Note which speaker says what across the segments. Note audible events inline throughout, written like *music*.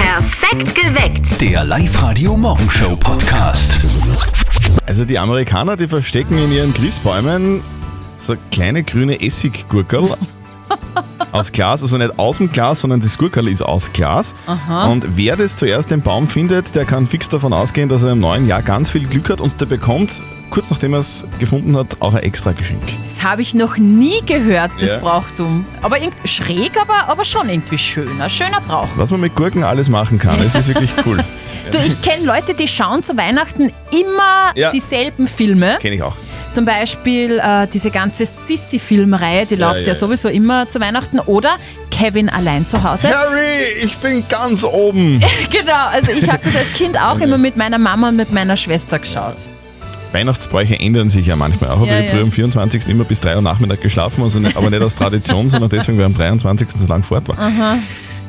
Speaker 1: Perfekt geweckt.
Speaker 2: Der Live-Radio Morgenshow Podcast.
Speaker 3: Also die Amerikaner, die verstecken in ihren Christbäumen so kleine grüne Essiggurkel aus Glas, also nicht aus dem Glas, sondern das Gurkel ist aus Glas. Und wer das zuerst im Baum findet, der kann fix davon ausgehen, dass er im neuen Jahr ganz viel Glück hat und der bekommt, kurz nachdem er es gefunden hat, auch ein extra Geschenk.
Speaker 4: Das habe ich noch nie gehört, das
Speaker 3: Ja.
Speaker 4: Brauchtum. Aber irgend- schräg, aber, aber schon irgendwie schöner. Schöner Brauch.
Speaker 3: Was man mit Gurken alles machen kann, es ist wirklich cool.
Speaker 4: Du, ich kenne Leute, die schauen zu Weihnachten immer
Speaker 3: Ja.
Speaker 4: dieselben Filme.
Speaker 3: Kenne ich auch.
Speaker 4: Zum Beispiel äh, diese ganze Sissi-Filmreihe, die
Speaker 3: Ja,
Speaker 4: läuft ja,
Speaker 3: ja, ja.
Speaker 4: sowieso immer zu Weihnachten. Oder Kevin allein zu Hause.
Speaker 3: Harry, ich bin ganz oben.
Speaker 4: *laughs* Genau, also ich habe das als Kind auch immer mit meiner Mama und mit meiner Schwester geschaut.
Speaker 3: Weihnachtsbräuche ändern sich ja manchmal auch. Also
Speaker 4: Ja,
Speaker 3: ich habe
Speaker 4: ja.
Speaker 3: früher am 24. immer bis 3 Uhr Nachmittag geschlafen, also nicht, aber nicht aus Tradition, *laughs* sondern deswegen, weil ich am 23. so lang fort war.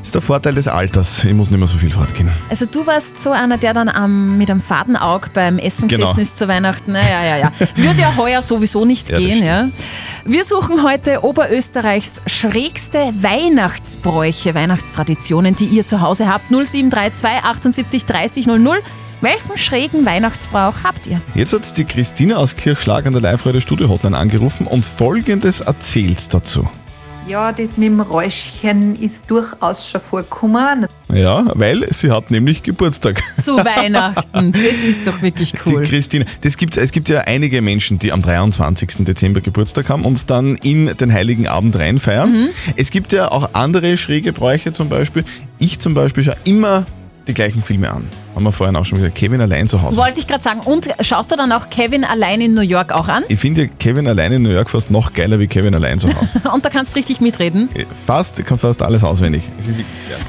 Speaker 3: Ist der Vorteil des Alters. Ich muss nicht mehr so viel fortgehen.
Speaker 4: Also du warst so einer, der dann am, mit einem faden Auge beim Essen
Speaker 3: Genau.
Speaker 4: gesessen ist zu Weihnachten. Na, ja, ja, ja.
Speaker 3: *laughs*
Speaker 4: Würde ja heuer sowieso nicht
Speaker 3: Ja, das
Speaker 4: gehen. Ja. Wir suchen heute Oberösterreichs schrägste Weihnachtsbräuche, Weihnachtstraditionen, die ihr zu Hause habt. 0732 78 30 00. Welchen schrägen Weihnachtsbrauch habt ihr?
Speaker 3: Jetzt hat die Christina aus Kirchschlag an der live studio hotline angerufen und folgendes erzählt dazu.
Speaker 5: Ja, das mit dem Räuschchen ist durchaus schon vorgekommen.
Speaker 3: Ja, weil sie hat nämlich Geburtstag. *laughs*
Speaker 4: Zu Weihnachten. Das ist doch wirklich cool.
Speaker 3: Die Christine. Das gibt's, es gibt ja einige Menschen, die am 23. Dezember Geburtstag haben und dann in den Heiligen Abend reinfeiern.
Speaker 4: Mhm.
Speaker 3: Es gibt ja auch andere schräge Bräuche zum Beispiel. Ich zum Beispiel schaue immer die gleichen Filme an. Haben wir vorhin auch schon gesagt. Kevin allein zu Hause.
Speaker 4: Wollte ich gerade sagen. Und schaust du dann auch Kevin allein in New York auch an?
Speaker 3: Ich finde ja Kevin allein in New York fast noch geiler wie Kevin allein zu
Speaker 4: *laughs*
Speaker 3: Hause.
Speaker 4: Und da kannst richtig mitreden.
Speaker 3: fast, ich kann fast alles auswendig. Es ist,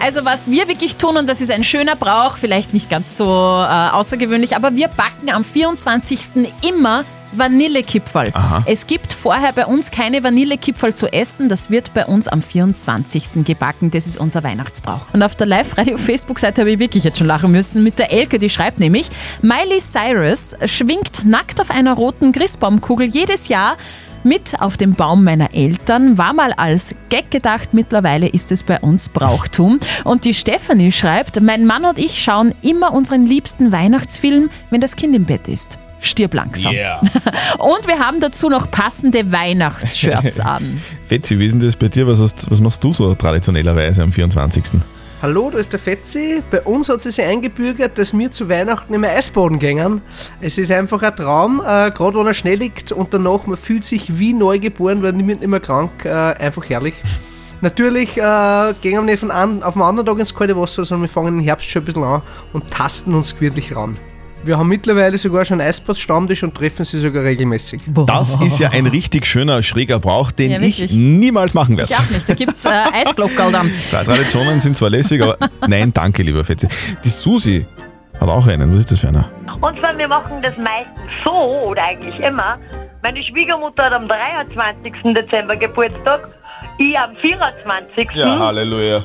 Speaker 4: Also was wir wirklich tun, und das ist ein schöner Brauch, vielleicht nicht ganz so äh, außergewöhnlich, aber wir backen am 24. immer Vanillekipferl. Es gibt vorher bei uns keine Vanillekipferl zu essen, das wird bei uns am 24. gebacken, das ist unser Weihnachtsbrauch. Und auf der Live-Radio-Facebook-Seite habe ich wirklich jetzt schon lachen müssen mit der Elke, die schreibt nämlich, Miley Cyrus schwingt nackt auf einer roten Christbaumkugel jedes Jahr mit auf dem Baum meiner Eltern, war mal als Gag gedacht, mittlerweile ist es bei uns Brauchtum. Und die Stefanie schreibt, mein Mann und ich schauen immer unseren liebsten Weihnachtsfilm, wenn das Kind im Bett ist. Stirb langsam. *laughs* Und wir haben dazu noch
Speaker 3: *laughs*
Speaker 4: passende Weihnachtsshirts an.
Speaker 3: Fetzi, wie ist denn das bei dir? Was, hast, was machst du so traditionellerweise am 24.?
Speaker 6: Hallo, da ist der Fetzi. Bei uns hat sie sich eingebürgert, dass wir zu Weihnachten immer Eisboden gängen. Es ist einfach ein Traum, äh, gerade wenn er schnell liegt und danach, man fühlt sich wie neu geboren, weil niemand immer krank, äh, einfach herrlich. *laughs* Natürlich äh, gehen wir nicht von an, auf den anderen Tag ins kalte Wasser, sondern wir fangen im Herbst schon ein bisschen an und tasten uns gemütlich ran. Wir haben mittlerweile sogar schon einen Eispass-Stammtisch und treffen sie sogar regelmäßig.
Speaker 3: Das ist ja ein richtig schöner, schräger Brauch, den
Speaker 4: Ja,
Speaker 3: ich
Speaker 4: wirklich.
Speaker 3: niemals machen werde.
Speaker 4: Ich auch nicht, da
Speaker 3: *laughs*
Speaker 4: gibt's äh, Eisglockerl dann.
Speaker 3: Tra- Traditionen sind zwar lässig, aber nein, danke, lieber Fetzi. Die Susi hat auch einen. Was ist das für einer?
Speaker 7: Und zwar, wir machen das meistens so oder eigentlich immer. Meine Schwiegermutter hat am 23. Dezember Geburtstag, ich am 24.
Speaker 3: Halleluja.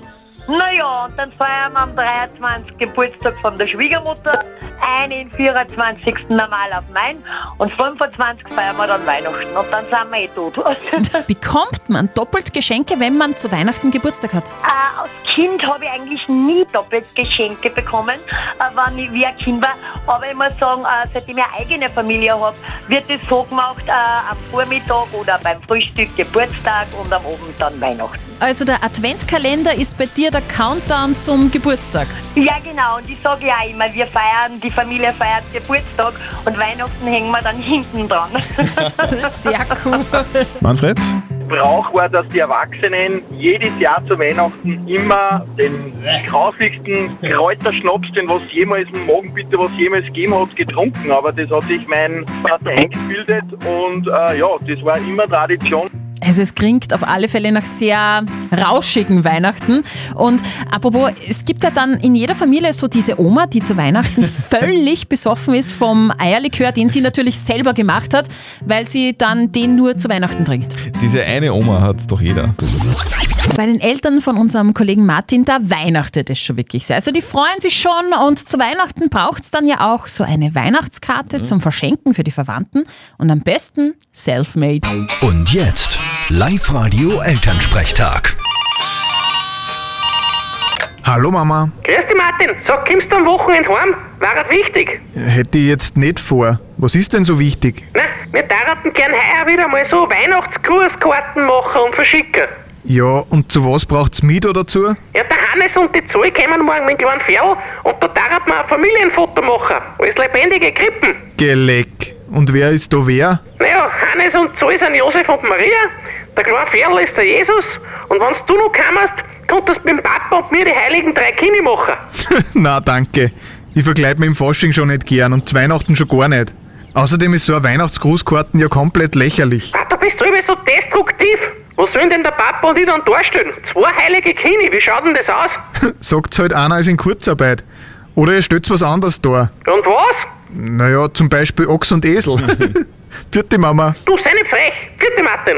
Speaker 7: Naja, und dann feiern wir am 23. Geburtstag von der Schwiegermutter, einen 24. normal auf meinen und 25. feiern wir dann Weihnachten und dann sind wir eh tot. *laughs*
Speaker 4: Bekommt man doppelt Geschenke, wenn man zu Weihnachten Geburtstag hat?
Speaker 7: Äh, als Kind habe ich eigentlich nie doppelt Geschenke bekommen, äh, wenn ich wie ein Kind war. Aber ich muss sagen, äh, seitdem ich eine eigene Familie habe, wird das so gemacht, äh, am Vormittag oder beim Frühstück Geburtstag und am Abend dann Weihnachten.
Speaker 4: Also der Adventkalender ist bei dir der Countdown zum Geburtstag. *laughs*
Speaker 7: Ja genau, und ich sage ja immer, wir feiern, die Familie feiert Geburtstag und Weihnachten hängen wir dann *laughs*
Speaker 8: *laughs*
Speaker 7: hinten dran.
Speaker 4: Sehr cool.
Speaker 3: Manfred?
Speaker 9: Brauch war, dass die Erwachsenen jedes Jahr zu Weihnachten immer den grauslichsten Kräuterschnaps, den was jemals im Morgen bitte was jemals gegeben hat, getrunken. Aber das hat sich mein Vater eingebildet und äh, ja, das war immer Tradition.
Speaker 4: Also es klingt auf alle Fälle nach sehr rauschigen Weihnachten. Und apropos, es gibt ja dann in jeder Familie so diese Oma, die zu Weihnachten völlig besoffen ist vom Eierlikör, den sie natürlich selber gemacht hat, weil sie dann den nur zu Weihnachten trinkt.
Speaker 3: Diese eine Oma hat's doch jeder.
Speaker 4: Bei den Eltern von unserem Kollegen Martin, da weihnachtet es schon wirklich sehr. Also die freuen sich schon und zu Weihnachten braucht es dann ja auch so eine Weihnachtskarte zum Verschenken für die Verwandten und am besten self-made.
Speaker 2: Und jetzt Live-Radio Elternsprechtag.
Speaker 10: Hallo Mama.
Speaker 11: Grüß dich, Martin.
Speaker 1: Martin, sag, kommst du am Wochenende heim? War das wichtig?
Speaker 10: Hätte ich jetzt nicht vor. Was ist denn so wichtig?
Speaker 1: Na, wir würden gern heuer wieder mal so Weihnachtsgrußkarten machen und verschicken.
Speaker 10: Ja, und zu was braucht's mich da dazu?
Speaker 1: Ja, der Hannes und die Zoe kommen morgen mit dem kleinen Pferd und da darf man ein Familienfoto machen. Als lebendige Krippen.
Speaker 10: Geleck. Und wer ist da wer?
Speaker 1: Naja, Hannes und Zoe sind Josef und Maria, der kleine Pferd ist der Jesus und wenn's du noch kommst, konntest mit dem Papa und mir die heiligen drei Kinder machen.
Speaker 10: Na, danke. Ich vergleiche mich im Fasching schon nicht gern und zu Weihnachten schon gar nicht. Außerdem ist so ein Weihnachtsgrußkarten ja komplett lächerlich.
Speaker 1: Vater, Ah, bist du immer so destruktiv? Was sollen denn der Papa und ich dann darstellen? Zwei heilige Kinder, wie schaut denn das aus?
Speaker 10: Sagt's halt einer ist in Kurzarbeit. Oder ihr stellt was anderes dar.
Speaker 1: Und was?
Speaker 10: Naja, zum Beispiel Ochs und Esel. Vierte Mama.
Speaker 1: Du sei nicht frech. Vierte Martin.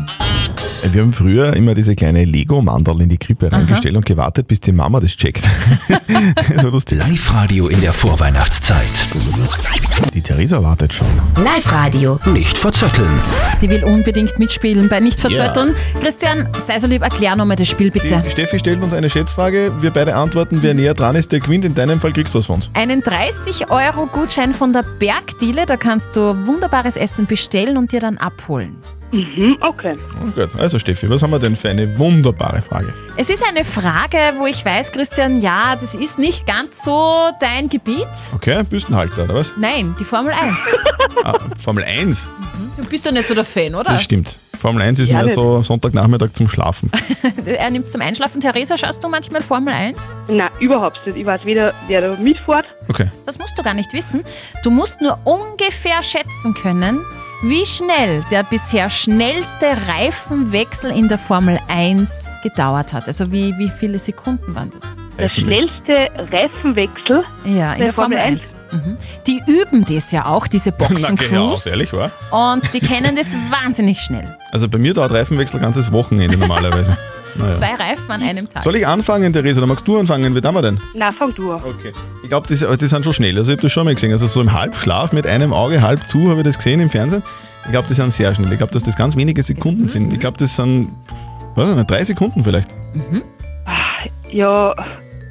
Speaker 3: Wir haben früher immer diese kleine Lego-Mandel in die Krippe reingestellt und gewartet, bis die Mama das checkt. *laughs* so lustig.
Speaker 2: Live-Radio in der Vorweihnachtszeit.
Speaker 3: Die Theresa wartet schon.
Speaker 11: Live-Radio.
Speaker 2: Nicht verzetteln.
Speaker 4: Die will unbedingt mitspielen bei Nicht verzötteln. Christian, sei so lieb, erklär nochmal das Spiel bitte.
Speaker 3: Die Steffi stellt uns eine Schätzfrage. Wir beide antworten. Wer näher dran ist, der gewinnt. In deinem Fall kriegst du was von uns.
Speaker 4: Einen 30-Euro-Gutschein von der Bergdiele, da kannst du wunderbares Essen bestellen und dir dann abholen.
Speaker 7: Mhm, okay.
Speaker 3: Oh, gut. Also, Steffi, was haben wir denn für eine wunderbare Frage?
Speaker 4: Es ist eine Frage, wo ich weiß, Christian, ja, das ist nicht ganz so dein Gebiet.
Speaker 3: Okay, Büstenhalter, oder was?
Speaker 4: Nein, die Formel 1.
Speaker 3: Ah, Formel 1.
Speaker 4: Du bist doch nicht so der Fan, oder?
Speaker 3: Das stimmt. Formel 1 ist mehr so Sonntagnachmittag zum Schlafen.
Speaker 4: Er nimmt zum Einschlafen. Theresa, schaust du manchmal Formel 1?
Speaker 8: Nein, überhaupt nicht. Ich weiß weder, wer da mitfährt.
Speaker 3: Okay.
Speaker 4: *laughs* Das musst du gar nicht wissen. Du musst nur ungefähr schätzen können, wie schnell der bisher schnellste Reifenwechsel in der Formel 1 gedauert hat. Also wie, wie viele Sekunden waren das?
Speaker 8: Der schnellste Reifenwechsel.
Speaker 4: Ja, in
Speaker 8: Der
Speaker 4: der Formel
Speaker 8: Formel
Speaker 4: 1. Mhm. Die üben das ja auch, diese
Speaker 3: *laughs* Na, genau, geh ja aus,
Speaker 4: Boxencruise.
Speaker 3: ehrlich, war?
Speaker 4: Und die
Speaker 3: *laughs*
Speaker 4: kennen das wahnsinnig schnell.
Speaker 3: Also, bei mir dauert Reifenwechsel ganzes Wochenende
Speaker 4: *laughs*
Speaker 3: normalerweise. Naja.
Speaker 4: Zwei Reifen an einem Tag.
Speaker 3: Soll ich anfangen, Theresa? Oder magst du anfangen? Wie tun wir denn?
Speaker 8: Nein, fang du an.
Speaker 3: Okay. Ich glaube, die, die sind schon schnell. Also ich habe das schon mal gesehen. Also so im Halbschlaf mit einem Auge halb zu habe ich das gesehen im Fernsehen. Ich glaube, die sind sehr schnell. Ich glaube, dass das ganz wenige Sekunden sind. Ich glaube, das sind, was ist das, drei Sekunden vielleicht.
Speaker 8: Ja,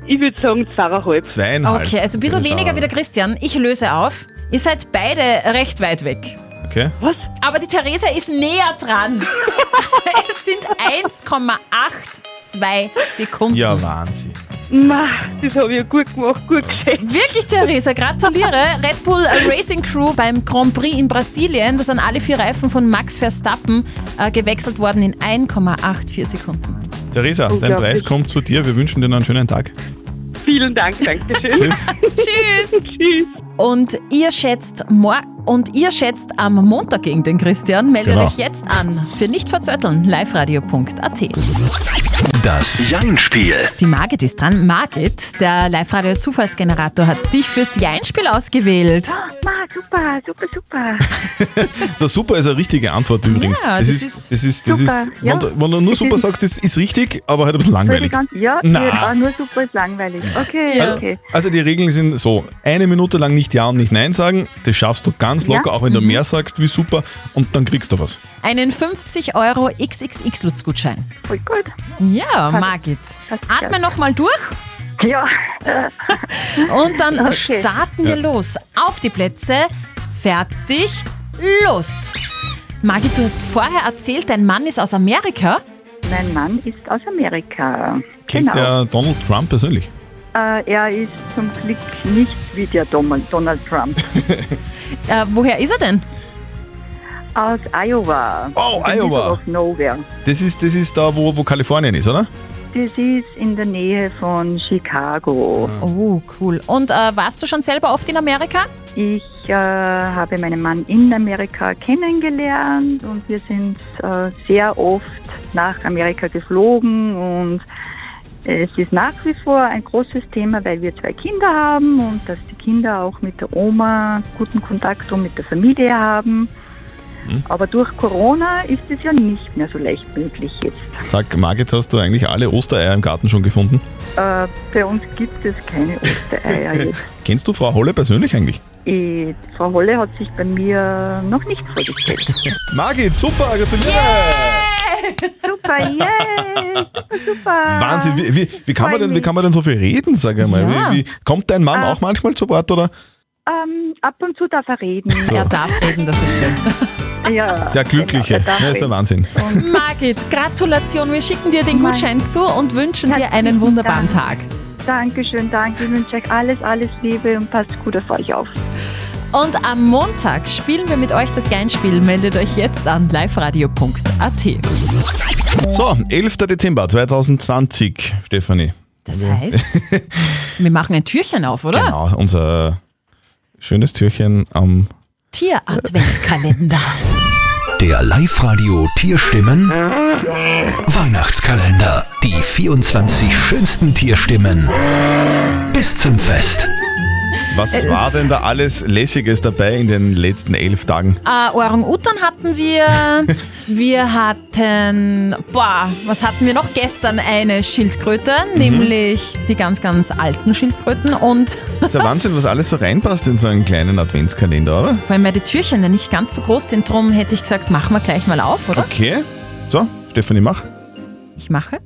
Speaker 8: ich würde sagen zweieinhalb.
Speaker 3: Zweieinhalb.
Speaker 4: Okay, also ein bisschen
Speaker 3: schauen wir
Speaker 4: weniger
Speaker 3: mal.
Speaker 4: wie der Christian. Ich löse auf. Ihr seid beide recht weit weg.
Speaker 3: Okay.
Speaker 8: Was?
Speaker 4: Aber die Theresa ist näher dran. *laughs* es sind 1,82 Sekunden.
Speaker 3: Ja, Wahnsinn.
Speaker 8: Ma, das habe ich ja gut gemacht, gut geschehen.
Speaker 4: Wirklich, Theresa, gratuliere. Red Bull Racing Crew beim Grand Prix in Brasilien. Da sind alle vier Reifen von Max Verstappen äh, gewechselt worden in 1,84 Sekunden.
Speaker 3: Theresa, dein
Speaker 8: Unglaublich.
Speaker 3: Preis kommt zu dir. Wir wünschen dir noch einen schönen Tag.
Speaker 8: Vielen Dank, Dankeschön.
Speaker 3: Tschüss.
Speaker 4: *laughs*
Speaker 3: *laughs*
Speaker 4: Tschüss!
Speaker 8: Tschüss.
Speaker 4: Und ihr schätzt mor und ihr schätzt am Montag gegen den Christian. Meldet
Speaker 3: Genau.
Speaker 4: euch jetzt an für nicht verzötteln liveradio.at.
Speaker 2: Das Jein-Spiel.
Speaker 4: Die Margit ist dran. Margit, der Live-Radio Zufallsgenerator hat dich fürs Jein-Spiel ausgewählt.
Speaker 8: Ma, super, super, super.
Speaker 3: Das Super ist eine richtige Antwort übrigens.
Speaker 4: Ja,
Speaker 3: das,
Speaker 4: das
Speaker 3: ist,
Speaker 4: ist-
Speaker 3: das ist, das
Speaker 8: Super,
Speaker 3: ist,
Speaker 8: ja.
Speaker 3: wenn, du, wenn du nur Super sagst, das ist richtig, aber halt ein bisschen langweilig.
Speaker 8: Ja,
Speaker 3: Na.
Speaker 8: ja, nur super ist langweilig. Okay,
Speaker 4: Ja.
Speaker 8: okay.
Speaker 3: Also die Regeln sind so, eine Minute lang nicht Ja und nicht Nein sagen, das schaffst du
Speaker 8: Ja.
Speaker 3: ganz
Speaker 8: Mhm.
Speaker 3: locker, auch wenn du mehr sagst wie super und dann kriegst du was.
Speaker 4: Einen 50 Euro XXX-Lutz-Gutschein.
Speaker 8: *laughs* Voll gut.
Speaker 4: Ja, Margit. Atme nochmal durch
Speaker 8: Ja,
Speaker 4: und dann
Speaker 8: Okay.
Speaker 4: starten wir los. Auf die Plätze. Fertig. Los. Margit, du hast vorher erzählt, dein Mann ist aus Amerika.
Speaker 8: mein Mann ist aus Amerika.
Speaker 3: Kennt
Speaker 8: genau.
Speaker 3: der Donald Trump persönlich?
Speaker 8: Äh, er ist zum Glück nicht wie der Dom- Donald Trump.
Speaker 4: Äh, woher ist er denn?
Speaker 8: Aus Iowa.
Speaker 3: Oh,
Speaker 8: The middle
Speaker 3: Iowa.
Speaker 8: Of nowhere.
Speaker 3: Das ist, das ist da, wo, wo Kalifornien ist, oder?
Speaker 8: Das ist in der Nähe von Chicago.
Speaker 4: Oh, cool. Und äh, warst du schon selber oft in Amerika?
Speaker 8: Ich äh, habe meinen Mann in Amerika kennengelernt und wir sind äh, sehr oft nach Amerika geflogen und es ist nach wie vor ein großes Thema, weil wir zwei Kinder haben und dass die Kinder auch mit der Oma guten Kontakt und mit der Familie haben. Aber durch Corona ist es ja nicht mehr so leicht möglich jetzt.
Speaker 3: Sag, Margit, hast du eigentlich alle Ostereier im Garten schon gefunden?
Speaker 8: Äh, bei uns gibt es keine Ostereier jetzt.
Speaker 3: Kennst du Frau Holle persönlich eigentlich?
Speaker 8: Äh, Frau Holle hat sich bei mir noch nicht vorgestellt.
Speaker 3: Margit, super, gratuliere!
Speaker 8: Super, yay! Super, super.
Speaker 3: Wahnsinn, wie, wie, wie, kann man denn, wie kann man denn so viel reden, sag ich mal?
Speaker 8: Ja.
Speaker 3: Wie, wie, kommt dein
Speaker 4: Ah.
Speaker 3: Mann auch manchmal zu Wort, oder?
Speaker 8: Ähm, ab und zu darf er reden.
Speaker 3: Er
Speaker 4: darf reden, das ist
Speaker 8: schön. ja.
Speaker 3: Der Glückliche.
Speaker 8: Genau, der darf
Speaker 3: ja, ist
Speaker 8: reden.
Speaker 3: ein Wahnsinn.
Speaker 4: Margit, Gratulation. Wir schicken dir den Gutschein zu und wünschen dir einen wunderbaren Tag.
Speaker 8: Dankeschön, danke. Ich wünsche euch alles, alles Liebe und passt gut auf euch auf.
Speaker 4: Und am Montag spielen wir mit euch das Jeinspiel. Meldet euch jetzt an liveradio.at.
Speaker 3: So, 11. Dezember 2020, Stefanie.
Speaker 4: Das heißt, wir machen ein Türchen auf, oder?
Speaker 3: Genau, unser schönes Türchen am
Speaker 4: Tier-Adventkalender.
Speaker 2: Der Live-Radio Tierstimmen Weihnachtskalender. Die 24 schönsten Tierstimmen bis zum Fest.
Speaker 3: Was
Speaker 4: Es-
Speaker 3: war denn da alles Lässiges dabei in den letzten elf Tagen?
Speaker 4: Äh, Orang-Utan hatten wir. Wir hatten, boah, was hatten wir noch gestern? Eine Schildkröte, nämlich die ganz, ganz alten Schildkröten und
Speaker 3: Ist ja Wahnsinn, was alles so reinpasst in so einen kleinen Adventskalender, oder?
Speaker 4: vor allem ja die Türchen, die nicht ganz so groß sind. Drum hätte ich gesagt, machen wir gleich mal auf, oder?
Speaker 3: Okay. So, Stefanie, mach.
Speaker 4: Ich mache.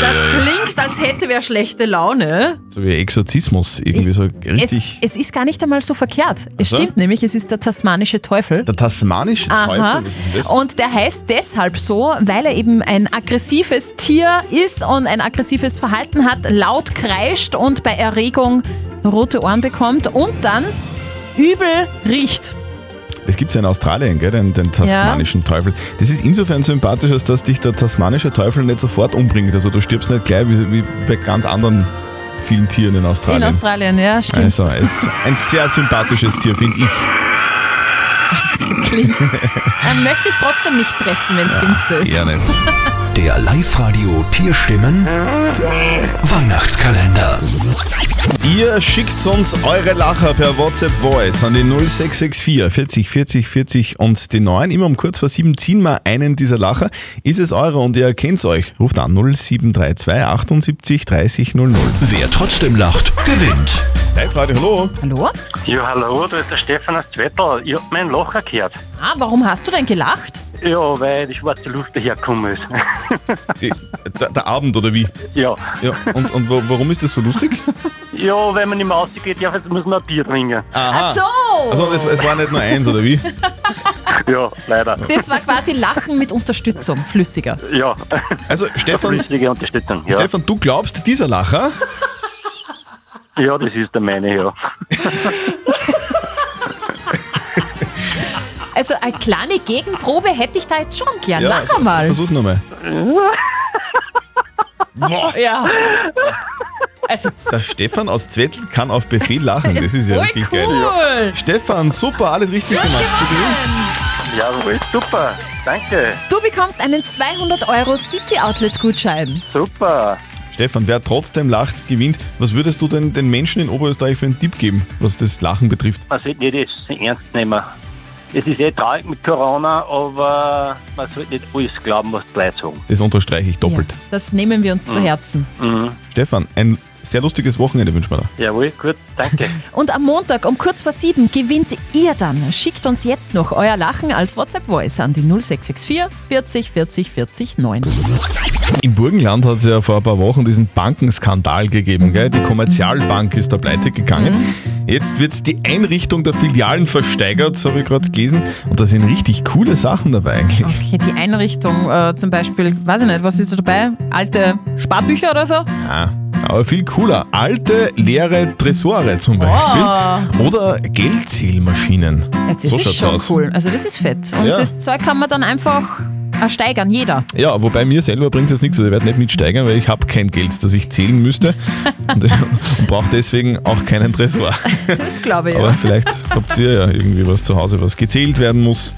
Speaker 4: Das klingt, als hätte wer schlechte Laune.
Speaker 3: So wie Exorzismus, irgendwie so richtig.
Speaker 4: Es, es ist gar nicht einmal so verkehrt. Es
Speaker 3: Ach so?
Speaker 4: stimmt nämlich, es ist der tasmanische Teufel.
Speaker 3: Der tasmanische
Speaker 4: Aha.
Speaker 3: Teufel, was ist denn das?
Speaker 4: Und der heißt deshalb so, weil er eben ein aggressives Tier ist und ein aggressives Verhalten hat, laut kreischt und bei Erregung rote Ohren bekommt und dann übel riecht.
Speaker 3: Es gibt ja in Australien, gell, den, den tasmanischen Teufel. Das ist insofern sympathisch, als dass dich der tasmanische Teufel nicht sofort umbringt. Also du stirbst nicht gleich wie, wie bei ganz anderen vielen Tieren in Australien.
Speaker 4: In Australien, ja, stimmt.
Speaker 3: Also, es ist ein sehr sympathisches Tier, finde ich.
Speaker 4: *laughs* Klingt. Dann möchte ich trotzdem nicht treffen, wenn es finster ist.
Speaker 2: Gerne. Der Live-Radio Tierstimmen Weihnachtskalender.
Speaker 3: Ihr schickt uns eure Lacher per WhatsApp Voice an die 0664 40 40 40 und die 9. Immer um kurz vor 7 ziehen wir einen dieser Lacher. Ist es eure und ihr erkennt euch? Ruft an 0732 78 30 00.
Speaker 2: Wer trotzdem lacht, gewinnt.
Speaker 3: Live Radio, hallo.
Speaker 4: Hallo?
Speaker 12: Ja, hallo, da ist der Stefan aus Zwettl. Ich hab mein Locher gehört.
Speaker 4: Ah, warum hast du denn gelacht?
Speaker 12: Ja, weil die schwarze Luft dahergekommen ist.
Speaker 3: Die, Äh, der, der Abend, oder wie?
Speaker 12: Ja.
Speaker 3: ja und und wa- warum ist das so lustig?
Speaker 12: ja, wenn man nicht mehr rausgeht, ja, jetzt muss man ein Bier trinken.
Speaker 4: Ach so.
Speaker 3: Also, es, es war nicht nur eins, oder wie?
Speaker 12: ja, leider.
Speaker 4: Das war quasi Lachen mit Unterstützung, flüssiger.
Speaker 12: Ja.
Speaker 3: Also, Stefan.
Speaker 12: Flüssige Unterstützung, ja.
Speaker 3: Stefan, du glaubst, dieser Lacher
Speaker 12: Ja, das ist der meine, ja.
Speaker 4: Also eine kleine Gegenprobe hätte ich da jetzt schon gern.
Speaker 3: Ja, also
Speaker 4: Lach mal.
Speaker 3: Versuch nochmal.
Speaker 4: Ja. Also,
Speaker 3: Der Stefan aus Zwettl kann auf Befehl lachen. Das ist ja
Speaker 4: Voll
Speaker 3: richtig
Speaker 4: cool.
Speaker 3: geil. Stefan, super, alles richtig gemacht.
Speaker 12: Jawohl, super. Danke.
Speaker 4: du bekommst einen 200 Euro City Outlet Gutschein.
Speaker 12: Super.
Speaker 3: Stefan, wer trotzdem lacht, gewinnt. Was würdest du denn den Menschen in Oberösterreich für einen Tipp geben, was das Lachen betrifft?
Speaker 12: Man sollte nicht das ernst nehmen. Es ist eh traurig mit Corona, aber man sollte nicht alles glauben, was die Leute sagen.
Speaker 3: Das unterstreiche ich doppelt. Ah.
Speaker 4: Das nehmen wir uns zu Herzen.
Speaker 12: Mhm.
Speaker 3: Stefan, ein sehr lustiges Wochenende wünschen wir dir.
Speaker 12: Jawohl, gut, danke.
Speaker 4: Und am Montag um kurz vor sieben gewinnt ihr dann. Schickt uns jetzt noch euer Lachen als WhatsApp-Voice an die 0664 40 40 40 9.
Speaker 3: Im Burgenland hat es ja vor ein paar Wochen diesen Bankenskandal gegeben. Gell? Die Kommerzialbank ist da pleite gegangen.
Speaker 4: Mhm.
Speaker 3: Jetzt wird die Einrichtung der Filialen versteigert, so habe ich gerade gelesen. Und da sind richtig coole Sachen dabei eigentlich.
Speaker 4: Okay, die Einrichtung äh, zum Beispiel, weiß ich nicht, was ist da dabei? Alte Sparbücher oder so?
Speaker 3: Ja, Ah, aber viel cooler. Alte, leere Tresore
Speaker 4: Oh.
Speaker 3: zum Beispiel. Oder Geldzählmaschinen.
Speaker 4: Ja, das ist
Speaker 3: schaut's
Speaker 4: schon cool. Also das ist fett. Und
Speaker 3: Ja.
Speaker 4: das Zeug kann man dann einfach
Speaker 3: *laughs*
Speaker 4: ersteigern, jeder.
Speaker 3: Ja, wobei mir selber bringt es nichts. Also ich werde nicht mitsteigern, weil ich habe kein Geld, das ich zählen
Speaker 4: *laughs*
Speaker 3: müsste. und äh, und brauche deswegen auch keinen Tresor.
Speaker 4: Das glaube ich.
Speaker 3: Aber
Speaker 4: ja.
Speaker 3: vielleicht habt ihr ja irgendwie was zu Hause, was gezählt werden muss.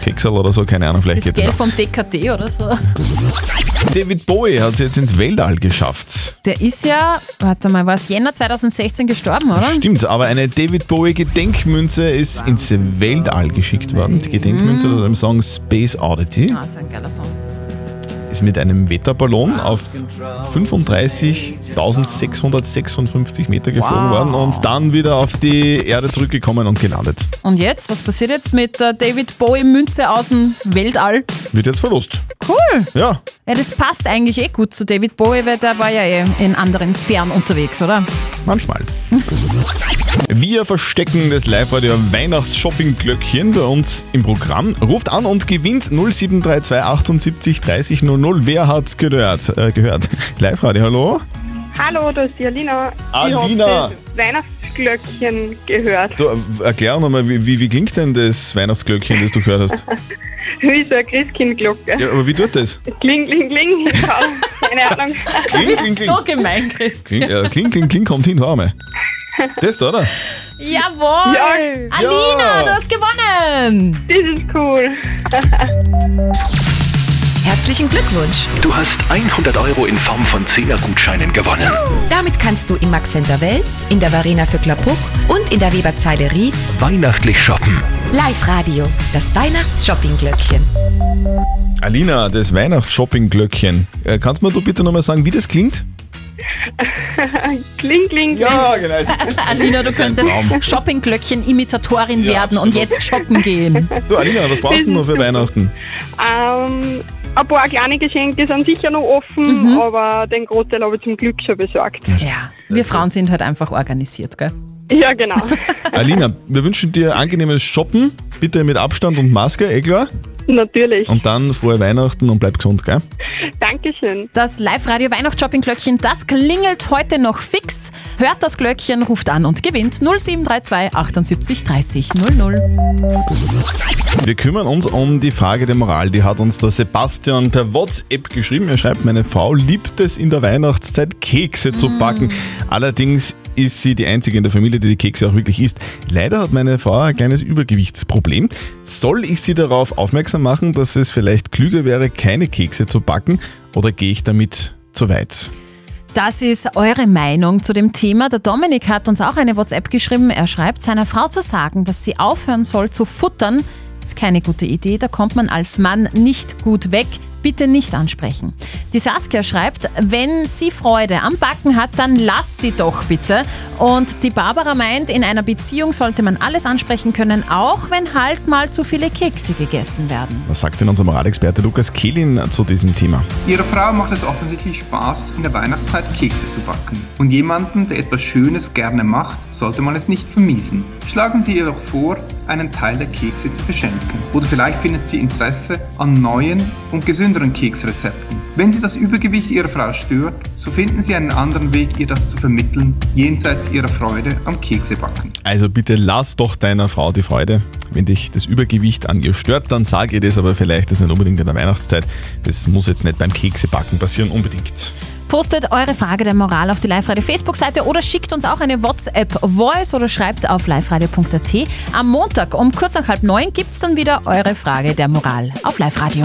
Speaker 3: Keksel oder so, keine Ahnung, vielleicht geht
Speaker 4: Das Geld
Speaker 3: das.
Speaker 4: vom DKD oder so.
Speaker 3: auch. David Bowie hat es jetzt ins Weltall geschafft.
Speaker 4: Der ist ja, warte mal, war es Jänner 2016 gestorben, oder?
Speaker 3: Stimmt, aber eine David Bowie Gedenkmünze ist ins
Speaker 4: Mhm.
Speaker 3: Weltall geschickt worden. Die Gedenkmünze unter dem Song Space Oddity.
Speaker 4: Ah, so ein geiler Song.
Speaker 3: ist mit einem Wetterballon auf 35.656 Meter geflogen
Speaker 4: Wow.
Speaker 3: worden und dann wieder auf die Erde zurückgekommen und gelandet.
Speaker 4: Und jetzt, was passiert jetzt mit der David Bowie Münze aus dem Weltall?
Speaker 3: Wird jetzt verlost.
Speaker 4: Cool!
Speaker 3: Ja.
Speaker 4: Ja, das passt eigentlich eh gut zu David Bowie, weil der war ja eh in anderen Sphären unterwegs, oder?
Speaker 3: Manchmal. *laughs* Wir verstecken das Live-Radio Weihnachts-Shopping-Glöckchen bei uns im Programm. Ruft an und gewinnt 0732 78 30 00. Wer hat's gehört? Äh, gehört? *laughs* Live-Radio, hallo?
Speaker 13: Hallo, da ist die Alina.
Speaker 3: Ah, Alina.
Speaker 13: Ich habe das Weihnachtsglöckchen gehört.
Speaker 3: Du, äh, erklär nochmal, wie, wie, wie klingt denn das Weihnachtsglöckchen, das du gehört hast?
Speaker 13: Wie so eine Christkindglocke.
Speaker 3: Ja, aber wie tut das?
Speaker 13: Kling, kling, kling. Ich hab Keine Ahnung.
Speaker 3: Kling, bist kling, kling. so
Speaker 4: gemein, Christ.
Speaker 3: Kling, äh, kling, kling, kling, kommt hin, hör mal. Das, da, oder?
Speaker 4: Jawohl!
Speaker 13: Ja.
Speaker 4: Alina,
Speaker 3: Ja.
Speaker 4: du hast gewonnen!
Speaker 13: Das ist cool.
Speaker 11: Herzlichen Glückwunsch!
Speaker 2: Du hast 100 Euro in Form von 10er Gutscheinen gewonnen.
Speaker 11: Damit kannst du im Max Center Wels, in der Varena Vöcklerpuck und in der Weberzeile Ried
Speaker 2: Weihnachtlich shoppen.
Speaker 11: Live-Radio, das Weihnachts-Shopping-Glöckchen.
Speaker 3: Alina, das Weihnachts-Shopping-Glöckchen. Äh, kannst du mir du bitte nochmal sagen, wie das klingt?
Speaker 13: Kling, kling, kling.
Speaker 3: Ja, genau. *laughs*
Speaker 4: Alina, du
Speaker 3: Das ist ein
Speaker 4: könntest
Speaker 3: Traum.
Speaker 4: Shopping-Glöckchen-Imitatorin
Speaker 3: Ja,
Speaker 4: werden und jetzt shoppen gehen.
Speaker 3: Du, Alina, was brauchst du denn noch für Weihnachten?
Speaker 13: Ähm, ein paar kleine Geschenke sind sicher noch offen, aber den Großteil habe ich zum Glück schon besorgt.
Speaker 4: Ja, wir Frauen sind halt einfach organisiert, gell?
Speaker 13: Ja, genau.
Speaker 3: Alina, wir wünschen dir angenehmes Shoppen. Bitte mit Abstand und Maske, eh klar?
Speaker 13: Natürlich.
Speaker 3: Und dann frohe Weihnachten und bleib gesund, gell?
Speaker 13: Dankeschön.
Speaker 4: Das Live-Radio Weihnachts-Shopping-Glöckchen, das klingelt heute noch fix. Hört das Glöckchen, ruft an und gewinnt 0732 78 30 00.
Speaker 3: Wir kümmern uns um die Frage der Moral. Die hat uns der Sebastian per WhatsApp geschrieben. Er schreibt, meine Frau liebt es in der Weihnachtszeit, Kekse zu backen. Allerdings ist sie die einzige in der Familie, die die Kekse auch wirklich isst. Leider hat meine Frau ein kleines Übergewichtsproblem. Soll ich sie darauf aufmerksam machen, dass es vielleicht klüger wäre, keine Kekse zu backen? Oder gehe ich damit zu weit?
Speaker 4: Das ist eure Meinung zu dem Thema. Der Dominik hat uns auch eine WhatsApp geschrieben. Er schreibt, seiner Frau zu sagen, dass sie aufhören soll zu futtern, ist keine gute Idee. Da kommt man als Mann nicht gut weg. Bitte nicht ansprechen. Die Saskia schreibt, wenn sie Freude am Backen hat, dann lass sie doch bitte. Und die Barbara meint, in einer Beziehung sollte man alles ansprechen können, auch wenn halt mal zu viele Kekse gegessen werden.
Speaker 3: Was sagt denn unser Moralexperte Lukas Kehlin zu diesem Thema?
Speaker 14: Ihrer Frau macht es offensichtlich Spaß, in der Weihnachtszeit Kekse zu backen. Und jemandem, der etwas Schönes gerne macht, sollte man es nicht vermiesen. Schlagen Sie ihr doch vor, einen Teil der Kekse zu verschenken. Oder vielleicht findet sie Interesse an neuen und gesünderen Keksrezepten. Wenn Sie das Übergewicht Ihrer Frau stört, so finden Sie einen anderen Weg, ihr das zu vermitteln, jenseits Ihrer Freude am Keksebacken.
Speaker 3: Also bitte lass doch deiner Frau die Freude. Wenn dich das Übergewicht an ihr stört, dann sag ihr das, aber vielleicht ist nicht unbedingt in der Weihnachtszeit. Das muss jetzt nicht beim Keksebacken passieren, unbedingt.
Speaker 4: Postet eure Frage der Moral auf die Live-Radio Facebook-Seite oder schickt uns auch eine WhatsApp-Voice oder schreibt auf liveradio.at. Am Montag um kurz nach halb neun gibt es dann wieder eure Frage der Moral auf Live-Radio.